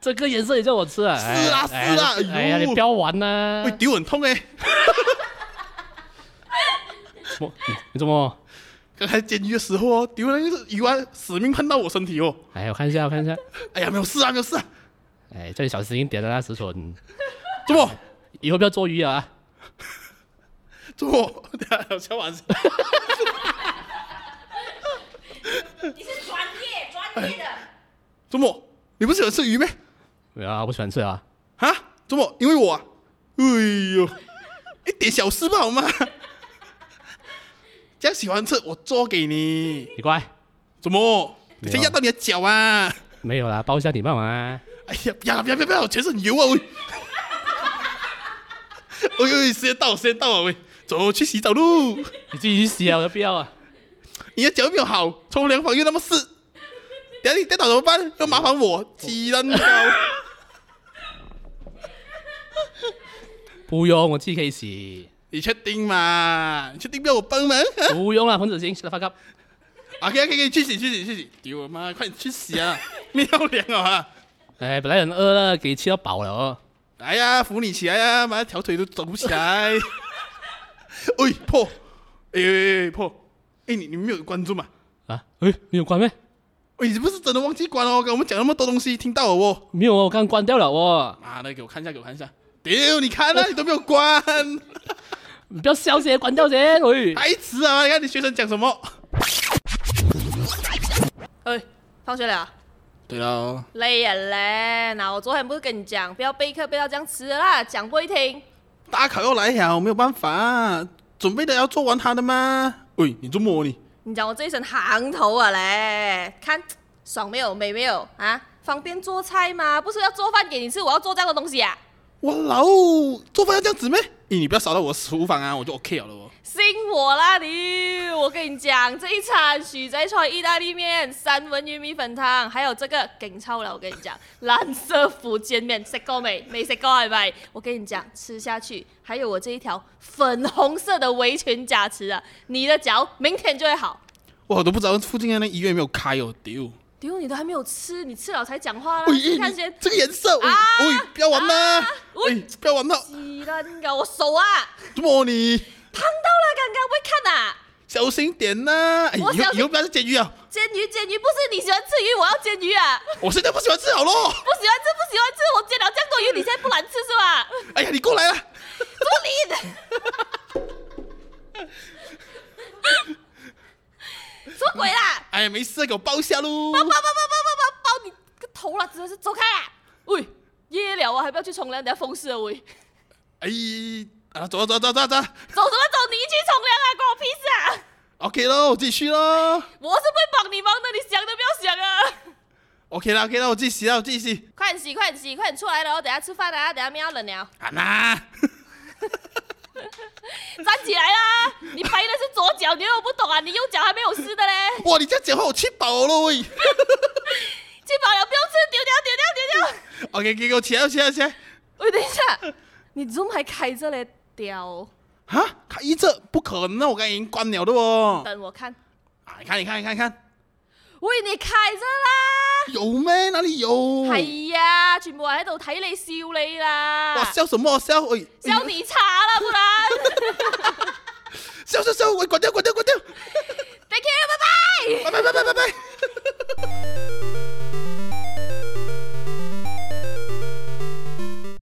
S4: 这个颜色也叫我吃啊？
S3: 是啊
S4: 哎呀
S3: 是啊
S4: 哎呀
S3: 哎
S4: 哎
S3: 呦
S4: 呀，你不要玩呐、
S3: 喂，丢很痛诶，
S4: 我你你怎么？
S3: 刚才监狱的时候哦，丢那个鱼丸死命碰到我身体哦，
S4: 哎，我看一下，我看一下。
S3: 哎呀，没有事啊，没有事啊，
S4: 哎，叫你小心一点啊，石蠢，
S3: 怎么
S4: 以后不要做鱼啊。
S3: 怎 么？等一下我先啊玩。
S2: 你是专业专业的，
S3: 周末，你不是喜欢吃鱼咩？
S4: 没有啊，我不喜欢吃啊。
S3: 啊，周末，因为我、啊，哎呦，一点小事吧好吗？ 这样喜欢吃，我做给你。
S4: 你乖，
S3: 怎么？
S4: 没有
S3: 等一下压到你的脚啊！
S4: 没有啦，包一下你爸妈啊。
S3: 哎呀，不要了，不要，不要，不要，全身油啊喂！ 哎呦，时间到，时间到啊喂！走，去洗澡喽。
S4: 你自己去洗啊，我都不要啊。
S3: 你的脚没有好，冲凉房又那么湿，等下你跌倒怎么办？要麻烦我，鸡蛋糕。
S4: 不用，我自己可以洗。
S3: 你确定吗？你确定不要我帮忙？
S4: 不用啦，彭子欣，shut the fuck up。
S3: 啊，可以可以可以，去洗去洗去洗！丢我妈，快点去洗啊！尿凉了啊！
S4: 哎，本来很饿了，给你吃到饱了哦。
S3: 来呀、扶你起来呀、妈的条腿都走不起来。哎破，哎哎哎破，哎你你没有关注嘛？
S4: 啊，哎，你有关咩？
S3: 喂，你是不是真的忘记关哦？跟我们讲那么多东西，听到了哦。
S4: 没有啊，我刚刚关掉了哦。
S3: 妈的，给我看一下，给我看一下。丢，你看啊，你都没有关，
S4: 你不要笑先，关掉先。喂，
S3: 白痴啊！你看你学生讲什么？
S1: 哎，放学了啊，
S3: 对了，
S1: 累呀嘞！那我昨天不是跟你讲，不要备课备到这样迟的啦，讲不会听。
S3: 大考要来了，没有办法，啊准备的要做完它的嘛。喂，你做么哦你？
S1: 你讲我这一身行头啊嘞，看爽没有美没有啊？方便做菜吗？不是要做饭给你吃，我要做这样的东西啊？
S3: 哇老哦，做饭要这样子咩？咦，你不要扫到我厨房啊，我就 OK 了了哦。
S1: 信我啦你！我跟你讲，这一餐许在川意大利面、三文鱼米粉汤，还有这个梗超了。我跟你讲，蓝色福建面食过没？没食过，拜拜。我跟你讲，吃下去，还有我这一条粉红色的围裙加持啊，你的脚明天就会好。
S3: 哇，我都不知道附近的那医院有没有开哦，丢！
S1: 丢，你都还没有吃，你吃了才讲话啦。
S3: 喂，
S1: 啊你
S3: 咦
S1: 看
S3: 你
S1: 先，啊
S3: 这个颜色，喂，喂，不要玩啦！
S1: 喂
S3: 喂，不要玩了，
S1: 鸡蛋糕，我手啊，
S3: 怎么你
S1: 烫到了，刚刚会看啊。
S3: 小心点呐！哎，以
S1: 我
S3: 后
S1: 小心
S3: 以后不要去监狱啊！
S1: 煎鱼，煎鱼不是你喜欢吃鱼，我要煎鱼啊。
S3: 我现在不喜欢吃好咯。
S1: 不喜欢吃，不喜欢吃，我煎了这样多鱼，你现在不难吃是吧？
S3: 哎呀，你过来啊！
S1: 怎么你？什么鬼啦？
S3: 哎呀，没事，给我包一下喽。
S1: 包包包包包包包你个头啦！真的是走开啦！喂，夜了啊，还不要去冲凉，等下风湿了喂。走
S3: 哎，啊，走啊走啊走啊走啊走啊
S1: 什么走？你去冲凉啊，关我屁事啊！
S3: ，OK 咯，我自己去咯。
S1: 我是不会帮你忙的，你想都不要想啊！
S3: OK 啦 OK 啦，我自己洗啦，我自己洗。
S1: 快点洗，快点洗，快点出来了哦，等下吃饭啊，等下面要冷了，
S3: 喊啦！
S1: 站起来啦！你掰的是左脚，你又不懂啊，你右脚还没有湿的嘞。
S3: 哇，你这样讲话我吃饱了喂。
S1: 去保养，不用吃，丢掉，丢掉，丢掉。
S3: OK，给我起来起来起来。
S1: 喂，等一下，你 Zoom 还开着嘞，屌！
S3: 啊，开一这不可能，我刚才已经关了的哦。
S1: 等我看，
S3: 啊，你看你看你看你看，
S1: 喂，你开着啦！
S3: 有咩？哪里有？
S1: 係啊，全部人喺度睇你笑你啦，
S3: 哇，笑什么笑？哎喂，
S1: 笑你差啦，不 然
S3: 笑笑笑！喂，关掉关掉关掉！
S1: ，Take care，拜拜。
S3: 拜拜拜拜拜拜。